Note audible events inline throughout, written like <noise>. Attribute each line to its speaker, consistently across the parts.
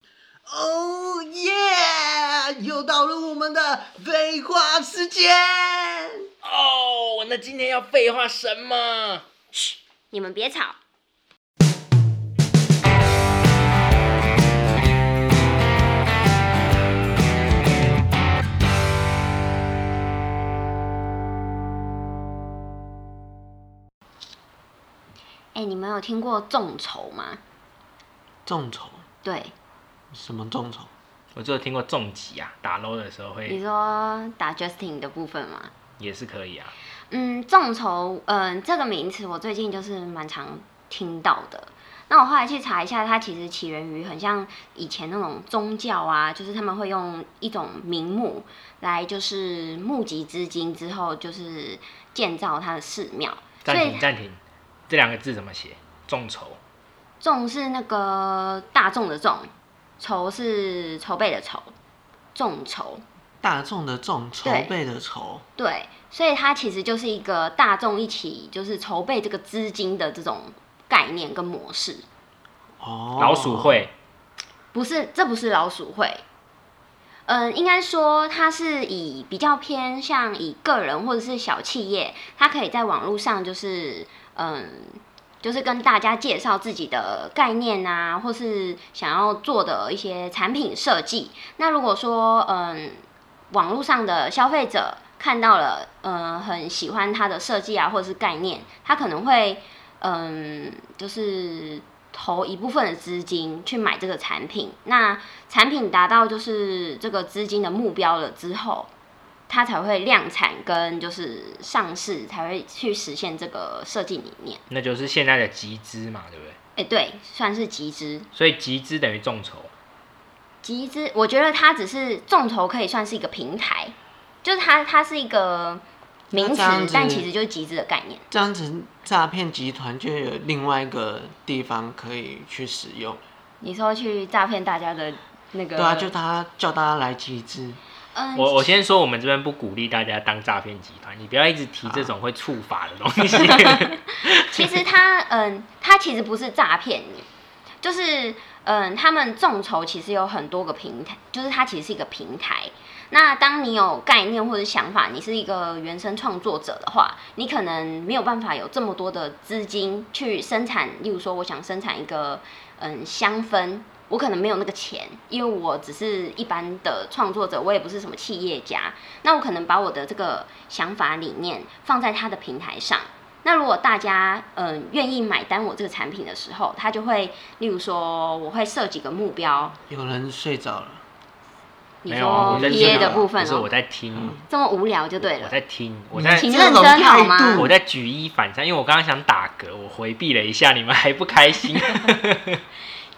Speaker 1: 家 Oh 又到了我们的废话时间。
Speaker 2: 哦，那今天要废话什么？
Speaker 3: 嘘，你们别吵。哎、你们有听过众筹吗？
Speaker 1: 众筹？
Speaker 3: 对，
Speaker 1: 什么众筹？
Speaker 2: 我就听过重击啊，打 low 的时候
Speaker 3: 你
Speaker 2: 会
Speaker 3: 说打 Justin 的部分吗？
Speaker 2: 也是可以啊。
Speaker 3: 嗯，众筹，嗯、这个名词我最近就是蛮常听到的。那我后来去查一下，它其实起源于很像以前那种宗教啊，就是他们会用一种名目来就是募集资金之后，就是建造它的寺庙。所
Speaker 2: 暂
Speaker 3: 以
Speaker 2: 停，暂停，这两个字怎么写？众筹。
Speaker 3: 众是那个大众的众，筹是筹备的筹，众筹。
Speaker 1: 大众的众，筹
Speaker 3: 对
Speaker 1: 备的筹。
Speaker 3: 对，所以它其实就是一个大众一起就是筹备这个资金的这种概念跟模式，
Speaker 1: 哦，
Speaker 2: 老鼠。会
Speaker 3: 不是，这不是老鼠会。嗯，应该说它是以比较偏向以个人或者是小企业，它可以在网络上就是嗯，就是跟大家介绍自己的概念啊，或是想要做的一些产品设计。那如果说嗯，网络上的消费者看到了嗯，很喜欢它的设计啊，或者是概念，他可能会嗯，就是投一部分的资金去买这个产品。那产品达到就是这个资金的目标了之后，它才会量产跟就是上市，才会去实现这个设计理念。
Speaker 2: 那就是现在的集资嘛，对不对？
Speaker 3: 哎，对，算是集资。
Speaker 2: 所以集资等于众筹。
Speaker 3: 集资，我觉得它只是众筹，可以算是一个平台，就是它它是一个名
Speaker 1: 那
Speaker 3: 词
Speaker 1: 这样，子
Speaker 3: 但其实就是集资的概念。
Speaker 1: 这样子，诈骗集团就有另外一个地方可以去使用。
Speaker 3: 你说去诈骗大家的那个，
Speaker 1: 对啊，就他叫大家来集资。
Speaker 3: 嗯，
Speaker 2: 我我先说，我们这边不鼓励大家当诈骗集团，你不要一直提这种会触法的东
Speaker 3: <laughs>
Speaker 2: 西。
Speaker 3: 其实他，嗯，他其实不是诈骗你，就是，嗯，他们众筹其实有很多个平台，就是它其实是一个平台。那当你有概念或者想法，你是一个原生创作者的话，你可能没有办法有这么多的资金去生产。例如说，我想生产一个嗯香氛，我可能没有那个钱，因为我只是一般的创作者，我也不是什么企业家。那我可能把我的这个想法理念放在他的平台上。那如果大家嗯愿、意买单我这个产品的时候，他就会，例如说，我会设几个目标，
Speaker 1: 有人睡着了。
Speaker 3: 你
Speaker 2: 没有啊，
Speaker 3: 说
Speaker 2: 我在
Speaker 3: P A
Speaker 2: 听
Speaker 3: 的
Speaker 2: 啊，
Speaker 3: 部分
Speaker 2: 不是
Speaker 3: 哦、
Speaker 2: 我在听，
Speaker 3: 这么无聊就对
Speaker 2: 我
Speaker 3: 了。
Speaker 2: 在听，我在
Speaker 3: 请
Speaker 1: 这
Speaker 3: 认
Speaker 1: 种
Speaker 3: 真好吗
Speaker 1: 态度
Speaker 2: 我在举一反三，因为我刚刚想打嗝，我回避了一下，你们还不
Speaker 1: <laughs>
Speaker 2: 开心。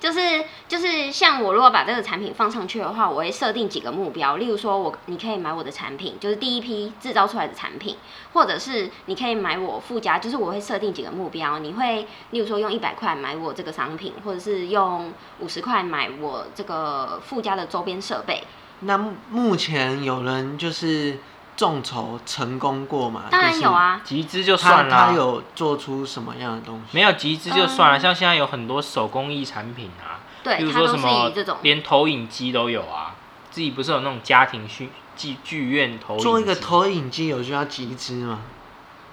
Speaker 3: 就是就是像我如果把这个产品放上去的话，我会设定几个目标，例如说我你可以买我的产品，就是第一批制造出来的产品，或者是你可以买我附加，就是我会设定几个目标，你会例如说用一百块买我这个商品，或者是用五十块买我这个附加的周边设备。
Speaker 1: 那目目前有人就是众筹成功过吗？
Speaker 3: 当然有啊，
Speaker 2: 集资就
Speaker 1: 就是他，
Speaker 2: 算
Speaker 1: 他
Speaker 2: 了，
Speaker 1: 有做出什么样的东西？
Speaker 2: 没有集资就算了，
Speaker 3: 嗯
Speaker 2: 像现在有很多手工艺产品啊，比
Speaker 3: 对，
Speaker 2: 如
Speaker 3: 它
Speaker 2: 说
Speaker 3: 都
Speaker 2: 什
Speaker 3: 是
Speaker 2: 么
Speaker 3: 以这种
Speaker 2: 连投影机都有啊，自己不是有那种家庭剧剧剧院投影机
Speaker 1: 做一个，投影机有需要集资吗？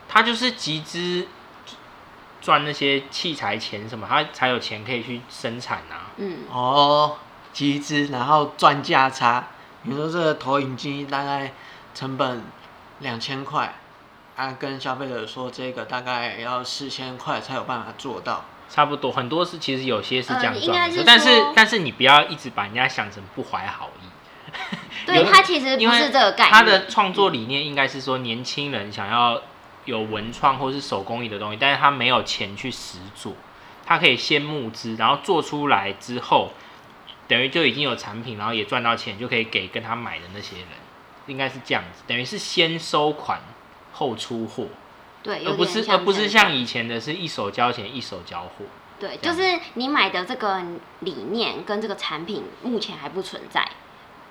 Speaker 2: 他就是集资赚那些器材钱什么，他才有钱可以去生产啊。
Speaker 3: 嗯。
Speaker 1: 哦，集资然后赚价差。你说这个投影机大概成本两千块，啊，跟消费者说这个大概要四千块才有办法做到。
Speaker 2: 差不多，很多是其实有些是这样
Speaker 3: 呃应该
Speaker 2: 赚的，
Speaker 3: 是
Speaker 2: 但是
Speaker 3: 说
Speaker 2: 但是你不要一直把人家想成不怀好意。
Speaker 3: 对，
Speaker 2: 有
Speaker 3: 它其实
Speaker 2: 因
Speaker 3: 不
Speaker 2: 为
Speaker 3: 是这个概念。
Speaker 2: 他的创作理念应该是说，年轻人想要有文创或是手工艺的东西，但是他没有钱去实做，他可以先募资，然后做出来之后，等于就已经有产品，然后也赚到钱，就可以给跟他买的那些人，应该是这样子，等于是先收款后出货，
Speaker 3: 对，
Speaker 2: 而
Speaker 3: 有
Speaker 2: 不
Speaker 3: 点
Speaker 2: 是
Speaker 3: 像
Speaker 2: 而不是
Speaker 3: 这样
Speaker 2: 像以前的是一手交钱一手交货。
Speaker 3: 对，
Speaker 2: 这
Speaker 3: 就
Speaker 2: 样
Speaker 3: 是你买的这个理念跟这个产品目前还不存在，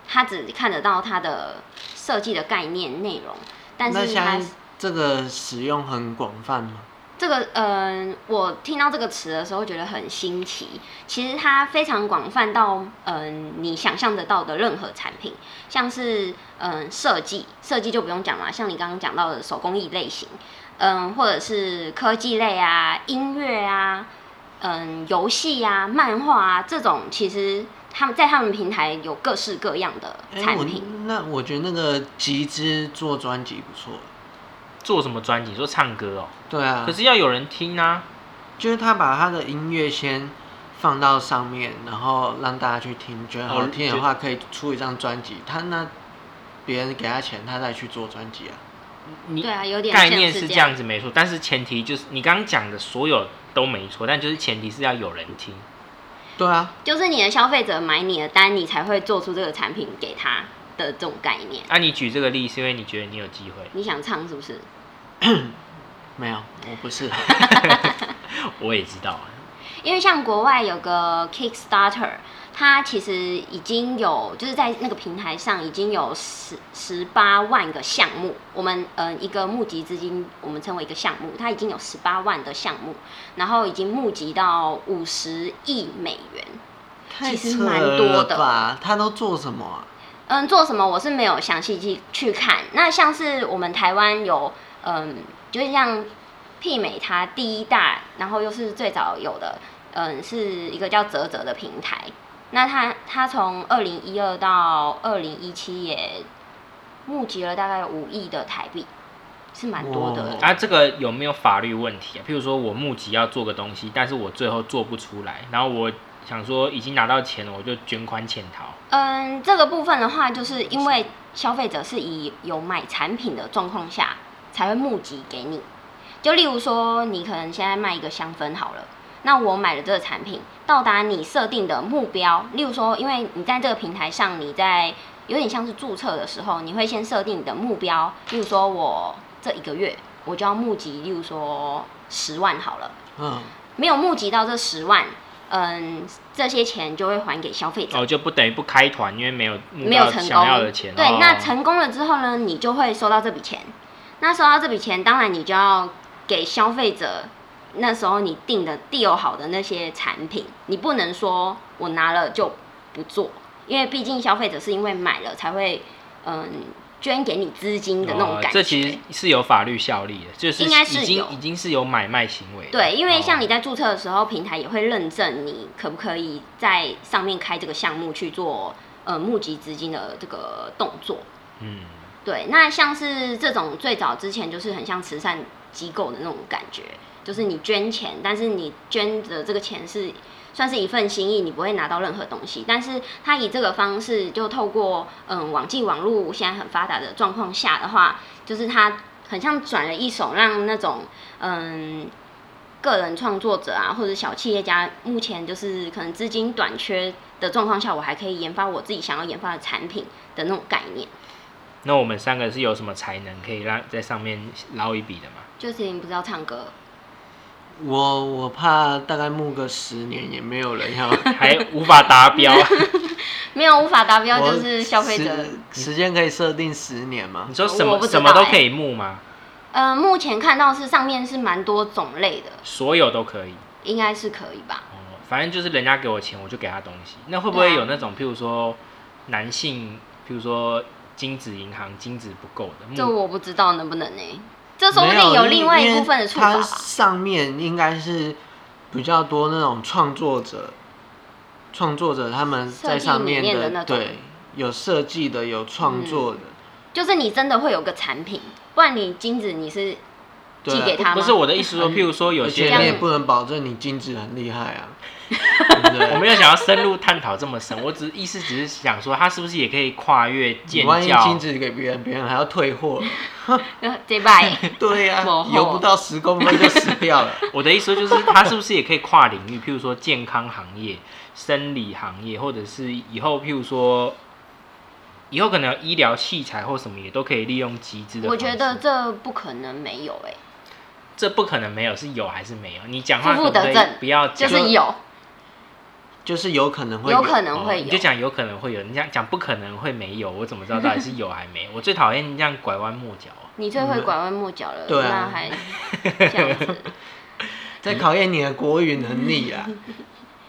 Speaker 3: 他只看得到它的设计的概念内容，但
Speaker 1: 那
Speaker 3: 是
Speaker 1: 现
Speaker 3: 它
Speaker 1: 在这个使用很广泛吗？
Speaker 3: 这个，嗯、我听到这个词的时候觉得很新奇。其实它非常广泛到，嗯、你想象得到的任何产品，像是嗯、设计，设计就不用讲了，像你刚刚讲到的手工艺类型，嗯、或者是科技类啊、音乐啊、嗯、游戏啊、漫画啊这种，其实他们在他们平台有各式各样的
Speaker 1: 哎、
Speaker 3: 产
Speaker 1: 我
Speaker 3: 品。
Speaker 1: 那我觉得那个集资做专辑不错。
Speaker 2: 做什么专辑？说唱歌哦，
Speaker 1: 对啊，
Speaker 2: 可是要有人听啊。
Speaker 1: 就是他把他的音乐先放到上面，然后让大家去听，觉得好听的话可以出一张专辑。他那别人给他钱，他再去做专辑啊。
Speaker 2: 你
Speaker 3: 对啊，有点
Speaker 2: 概
Speaker 3: 像
Speaker 2: 念
Speaker 3: 是
Speaker 2: 是
Speaker 3: 这
Speaker 2: 这
Speaker 3: 样
Speaker 2: 样子没错，但是前提就是你刚刚讲的所有都没错，但就是前提是要有人听。
Speaker 1: 对啊，
Speaker 3: 就是你的消费者买你的单，你才会做出这个产品给他的这种概念。
Speaker 2: 啊，你举这个例是因为你觉得你有机会，
Speaker 3: 你想唱是不是？
Speaker 1: 没有，我不
Speaker 3: <laughs>
Speaker 1: 是。
Speaker 2: 我也知道啊。
Speaker 3: 因为像国外有个 Kickstarter，它其实已经有就是在那个平台上已经有十十八万个项目，我们呃一个募集资金，我们称为一个项目，它已经有十八万的项目，然后已经募集到五十亿美元。
Speaker 1: 太
Speaker 3: 其实
Speaker 1: 扯
Speaker 3: 蛮多
Speaker 1: 了
Speaker 3: 的
Speaker 1: 吧？他都做什么啊？
Speaker 3: 嗯，做什么我是没有详细去去看。那像是我们台湾有，嗯，就是像媲美它第一大，然后又是最早有的，嗯，是一个叫泽泽的平台。那它它从二零一二到二零一七也募集了大概五亿的台币，是蛮多的。
Speaker 1: 哇
Speaker 2: 啊，这个有没有法律问题啊？譬如说我募集要做个东西，但是我最后做不出来，然后我想说已经拿到钱了，我就卷款潜逃。
Speaker 3: 嗯，这个部分的话，就是因为消费者是以有买产品的状况下才会募集给你。就例如说，你可能现在卖一个香氛好了，那我买了这个产品，到达你设定的目标，例如说，因为你在这个平台上，你在有点像是注册的时候，你会先设定你的目标，例如说我这一个月我就要募集，例如说十万好了，
Speaker 1: 嗯，
Speaker 3: 没有募集到这十万，嗯，这些钱就会还给消费者。
Speaker 2: 哦，就不等于不开团，因为没有募
Speaker 3: 没有
Speaker 2: 到
Speaker 3: 成
Speaker 2: 想
Speaker 3: 功
Speaker 2: 要的钱。
Speaker 3: 对，
Speaker 2: 哦
Speaker 3: 那成功了之后呢，你就会收到这笔钱。那收到这笔钱，当然你就要给消费者那时候你定的 deal 好的那些产品，你不能说我拿了就不做，因为毕竟消费者是因为买了才会嗯捐给你资金的那种
Speaker 2: 哦
Speaker 3: 感觉。
Speaker 2: 这其实是有法律效力的，就是
Speaker 3: 应该是
Speaker 2: 已经
Speaker 3: 有
Speaker 2: 已经是有买卖行为了。
Speaker 3: 对，因为像
Speaker 2: 哦
Speaker 3: 你在注册的时候，平台也会认证你可不可以在上面开这个项目去做呃募集资金的这个动作。
Speaker 2: 嗯，
Speaker 3: 对，那像是这种最早之前就是很像慈善机构的那种感觉，就是你捐钱，但是你捐的这个钱是算是一份心意，你不会拿到任何东西。但是他以这个方式，就透过嗯网际网络现在很发达的状况下的话，就是他很像转了一手，让那种嗯。个人创作者啊，或者小企业家，目前就是可能资金短缺的状况下，我还可以研发我自己想要研发的产品的那种概念。
Speaker 2: 那我们三个是有什么才能可以让在上面捞一笔的吗？
Speaker 3: 就是你不知道唱歌，
Speaker 1: 我我怕大概募个十年也没有人
Speaker 3: <laughs>
Speaker 1: 要。
Speaker 2: 还无法达标，
Speaker 3: 没有无法达标
Speaker 1: 我
Speaker 3: 就是消费者。
Speaker 1: 时时间可以设定十年吗
Speaker 2: 你？说什么
Speaker 3: 我不知道
Speaker 2: 什么都可以募吗？
Speaker 3: 呃，目前看到是上面是蛮多种类的，
Speaker 2: 所有都可以。
Speaker 3: 应该是可以吧？
Speaker 2: 哦，反正就是人家给我钱，我就给他东西。那会不会
Speaker 3: 对啊
Speaker 2: 有那种，譬如说男性，譬如说精子银行精子不够的，
Speaker 1: 嗯
Speaker 3: 这
Speaker 2: 募
Speaker 3: 我不知道能不能呢、这说不定有另外一部分的处
Speaker 1: 因
Speaker 3: 罚
Speaker 1: 为它
Speaker 3: 吧。
Speaker 1: 上面应该是比较多那种创作者，创作者他们在上面
Speaker 3: 设计里面的那种嗯
Speaker 1: 对，有设计的，有创作的，
Speaker 3: 就是你真的会有个产品，不然你金子你是
Speaker 1: 对啊
Speaker 3: 寄给他吗
Speaker 2: 不是我的意思说，
Speaker 1: 嗯
Speaker 2: 譬如说有
Speaker 1: 而
Speaker 2: 些
Speaker 1: 且你也
Speaker 2: 人，
Speaker 1: 不能保证你精致很厉害
Speaker 3: <laughs>
Speaker 1: 啊，对不对？
Speaker 2: <laughs> 我没有想要深入探讨这么深，我只意思只是想说，他是不是也可以跨越
Speaker 1: 你
Speaker 2: 建
Speaker 1: 万一
Speaker 2: 教
Speaker 1: 精？致给别人，别人还要退货。
Speaker 3: 这呃
Speaker 1: <laughs>
Speaker 3: 拜
Speaker 1: 对
Speaker 3: <laughs>
Speaker 1: 呀、
Speaker 3: 往后
Speaker 1: 游不到十公分就死掉了。 <laughs>
Speaker 2: 我的意思就是，他是不是也可以跨领域？譬如说健康行业、生理行业，或者是以后譬如说。以后可能有医疗器材或什么也都可以利用集资的
Speaker 3: 我
Speaker 2: 方
Speaker 3: 觉
Speaker 2: 式。
Speaker 3: 得这不可能没有哎、
Speaker 2: 这不可能没有，是有还是没有？你讲话
Speaker 3: 负负
Speaker 2: 可不
Speaker 3: 得
Speaker 2: 可以
Speaker 3: 正
Speaker 2: 不要
Speaker 3: 就
Speaker 2: 讲，
Speaker 3: 是有，
Speaker 1: 就是有可能会
Speaker 3: 有可能
Speaker 2: 哦
Speaker 3: 会
Speaker 2: 你
Speaker 3: 有。
Speaker 2: 就讲有可能会有，你讲讲不可能会没有，我怎么知道到底是有还没有？我最讨厌这样拐弯抹角哦。
Speaker 3: 你最会拐弯抹角了，
Speaker 1: 对啊
Speaker 3: 那还这样子，
Speaker 1: 在考验你的国语能力
Speaker 3: <laughs>
Speaker 1: 啊。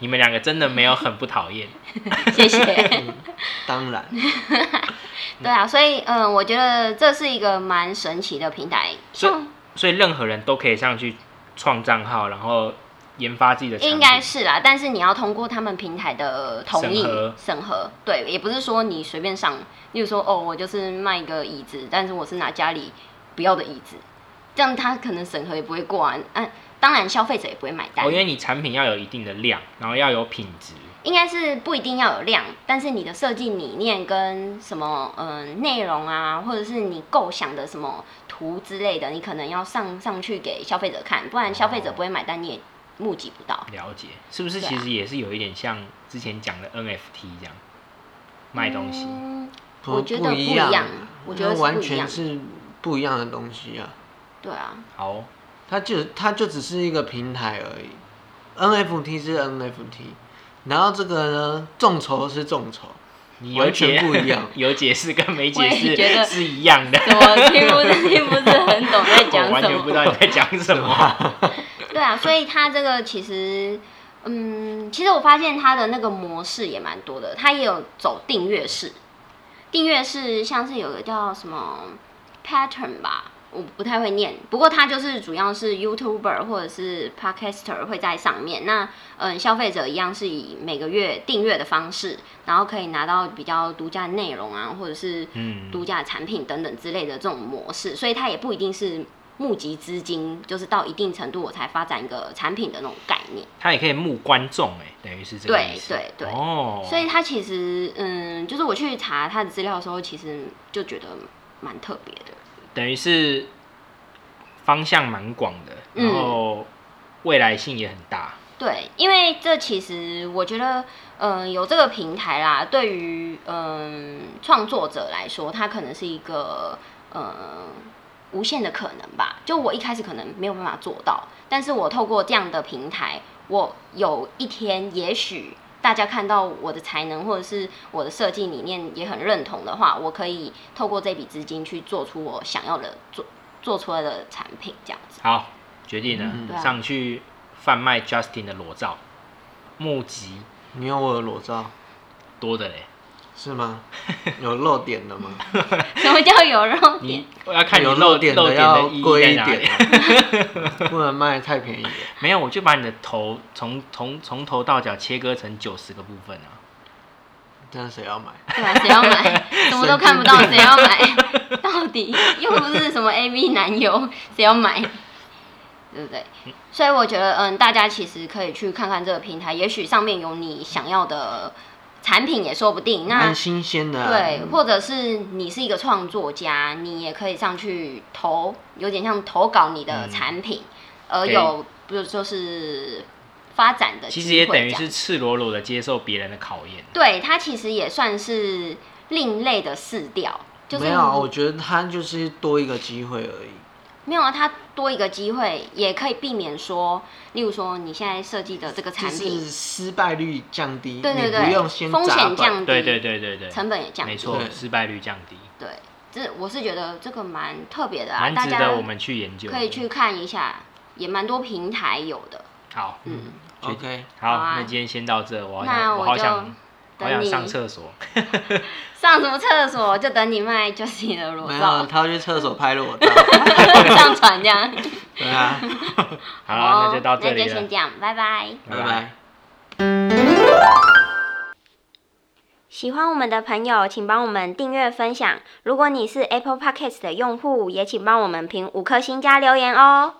Speaker 2: 你们两个真的没有很不讨厌，
Speaker 3: 谢谢。
Speaker 1: 当然，
Speaker 3: 对啊，所以嗯，我觉得这是一个蛮神奇的平台，
Speaker 2: 所以
Speaker 3: 像
Speaker 2: 所以任何人都可以上去创账号，然后研发自己的产品。
Speaker 3: 应该是啦，但是你要通过他们平台的同意
Speaker 2: 审核
Speaker 3: 审核，对，也不是说你随便上，例如说哦，我就是卖一个椅子，但是我是拿家里不要的椅子，这样他可能审核也不会过啊，嗯，当然消费者也不会买单
Speaker 2: 哦，因，为你产品要有一定的量，然后要有品质，
Speaker 3: 应该是不一定要有量，但是你的设计理念跟什么嗯内、容啊，或者是你构想的什么图之类的，你可能要上上去给消费者看，不然消
Speaker 2: 哦
Speaker 3: 费者不会买单，你也募集不到。
Speaker 2: 了解是不是？
Speaker 3: 对啊
Speaker 2: 其实也是有一点像之前讲的 NFT 这样卖东西。
Speaker 3: 嗯
Speaker 1: 不
Speaker 3: 我觉得
Speaker 1: 不
Speaker 3: 不
Speaker 1: 一
Speaker 3: 一
Speaker 1: 样
Speaker 3: 样
Speaker 1: 啊，
Speaker 3: 我觉
Speaker 1: 那
Speaker 3: 得是
Speaker 1: 完
Speaker 3: 不一
Speaker 1: 全
Speaker 3: 样。
Speaker 1: 是不一样的东西啊。
Speaker 3: 对啊，
Speaker 2: 好哦，
Speaker 1: 它就它就只是一个平台而已，NFT 是 NFT，然后这个呢，众筹是众筹，
Speaker 2: 你有
Speaker 1: 完
Speaker 2: 解。
Speaker 1: 全不一样
Speaker 2: <laughs> 有解释跟没解
Speaker 3: 我也觉得
Speaker 2: 释是一样的，
Speaker 3: 怎么听不是听不是很懂在
Speaker 2: 我
Speaker 3: 讲
Speaker 2: 完
Speaker 3: 什
Speaker 2: 全不知道
Speaker 3: <laughs> 么？
Speaker 2: 你在讲什么。
Speaker 3: 对啊，所以它这个其实，嗯，其实我发现它的那个模式也蛮多的，它也有走订阅式，订阅式像是有个叫什么 pattern 吧。我不太会念，不过它就是主要是 YouTuber 或者是 Podcaster 会在上面。那嗯，消费者一样是以每个月订阅的方式，然后可以拿到比较独家的内容啊，或者是
Speaker 2: 嗯，
Speaker 3: 独家产品等等之类的这种模式，所以它也不一定是募集资金，就是到一定程度我才发展一个产品的那种概念。
Speaker 2: 他也可以募观众哎，等于是这个
Speaker 3: 对
Speaker 2: 意思。
Speaker 3: 对对，
Speaker 2: 哦，
Speaker 3: 所以它其实嗯，就是我去查它的资料的时候，其实就觉得蛮特别的。
Speaker 2: 等于是方向蛮广的，
Speaker 3: 嗯
Speaker 2: 然后未来性也很大。
Speaker 3: 对，因为这其实我觉得，嗯、有这个平台啦，对于嗯创作者来说，它可能是一个呃无限的可能吧。就我一开始可能没有办法做到，但是我透过这样的平台，我有一天也许大家看到我的才能或者是我的设计理念也很认同的话，我可以透过这笔资金去做出我想要的做做出来的产品，这样子。
Speaker 2: 好，决定了，
Speaker 1: 嗯
Speaker 3: 对啊
Speaker 2: 上去贩卖 Justin 的裸照，募集
Speaker 1: 你有我的裸照
Speaker 2: 多的嘞。
Speaker 1: 是吗？有漏点的
Speaker 3: <laughs>
Speaker 1: 吗？
Speaker 3: 什么叫有肉点？
Speaker 2: 你我要看你
Speaker 1: 有
Speaker 2: 漏
Speaker 1: 点
Speaker 2: 漏
Speaker 1: 的
Speaker 2: 点
Speaker 1: 要
Speaker 2: 意义
Speaker 1: 贵
Speaker 2: 在
Speaker 1: 一
Speaker 2: 哪里
Speaker 1: 点。啊、
Speaker 3: <laughs>
Speaker 1: 不能卖太便宜了。
Speaker 2: <laughs> 没有，我就把你的头从从从头到脚切割成九十个部分啊。
Speaker 1: 这样谁要买？
Speaker 3: 对啊，谁要
Speaker 2: <laughs>
Speaker 3: 买？什么都看不到，谁要买？ <laughs> 到底又不是什么 A V 男友，谁要买？ <laughs> 对不对？所以我觉得，嗯，大家其实可以去看看这个平台，也许上面有你想要的产品也说不定。 <laughs> 那
Speaker 1: 蛮新鲜的、啊。
Speaker 3: 对，或者是你是一个创作家，你也可以上去投，有点像投稿你的产品，而
Speaker 2: 嗯对
Speaker 3: 有不是就是发展的
Speaker 2: 其
Speaker 3: 呃机会
Speaker 2: 实也等于
Speaker 3: 这样
Speaker 2: 是赤裸裸的接受别人的考验。
Speaker 3: 对，它其实也算是另类的试调，就是
Speaker 1: 没有啊，我觉得它就是多一个机会而已。
Speaker 3: 没有啊，它多一个机会，也可以避免说，例如说你现在设计的这个
Speaker 1: 就
Speaker 3: 产
Speaker 1: 是
Speaker 3: 品，
Speaker 1: 失败率降低，
Speaker 3: 对对
Speaker 1: 你不
Speaker 3: 对，
Speaker 1: 用先
Speaker 3: 风
Speaker 1: 砸
Speaker 3: 险
Speaker 1: 本
Speaker 3: 降低，
Speaker 2: 对对对对对，
Speaker 3: 嗯成本也降低，
Speaker 2: 没错，
Speaker 1: 对
Speaker 2: 失败率降低，
Speaker 3: 对，这我是觉得这个蛮特别的啊，
Speaker 2: 蛮
Speaker 3: 大
Speaker 2: 值
Speaker 3: 家
Speaker 2: 得我们去研究的。
Speaker 3: 可以去看一下，也蛮多平台有的，
Speaker 2: 好，
Speaker 3: 嗯，
Speaker 1: OK，
Speaker 2: 好，
Speaker 3: 好啊
Speaker 2: 那今天先到这，我好
Speaker 3: 那
Speaker 2: 想，
Speaker 3: 我
Speaker 2: 好
Speaker 3: 就
Speaker 2: 想，好
Speaker 3: 等
Speaker 2: 想
Speaker 3: 你
Speaker 2: 上厕所。
Speaker 3: 上什么厕所就等你卖 Justin 的裸
Speaker 1: 没有，啊
Speaker 3: 照
Speaker 1: 他要去厕所拍裸照。
Speaker 3: 上传这样，
Speaker 1: <laughs> 对啊，
Speaker 2: <laughs> 好了，那
Speaker 3: 哦
Speaker 2: 就到这
Speaker 3: 那
Speaker 2: 里
Speaker 3: 就
Speaker 2: 了
Speaker 3: 先，这样，拜拜。
Speaker 1: 拜拜。
Speaker 3: 喜欢我们的朋友，请帮我们订阅分享。如果你是 Apple Podcast 的用户，也请帮我们评五颗星加留言哦。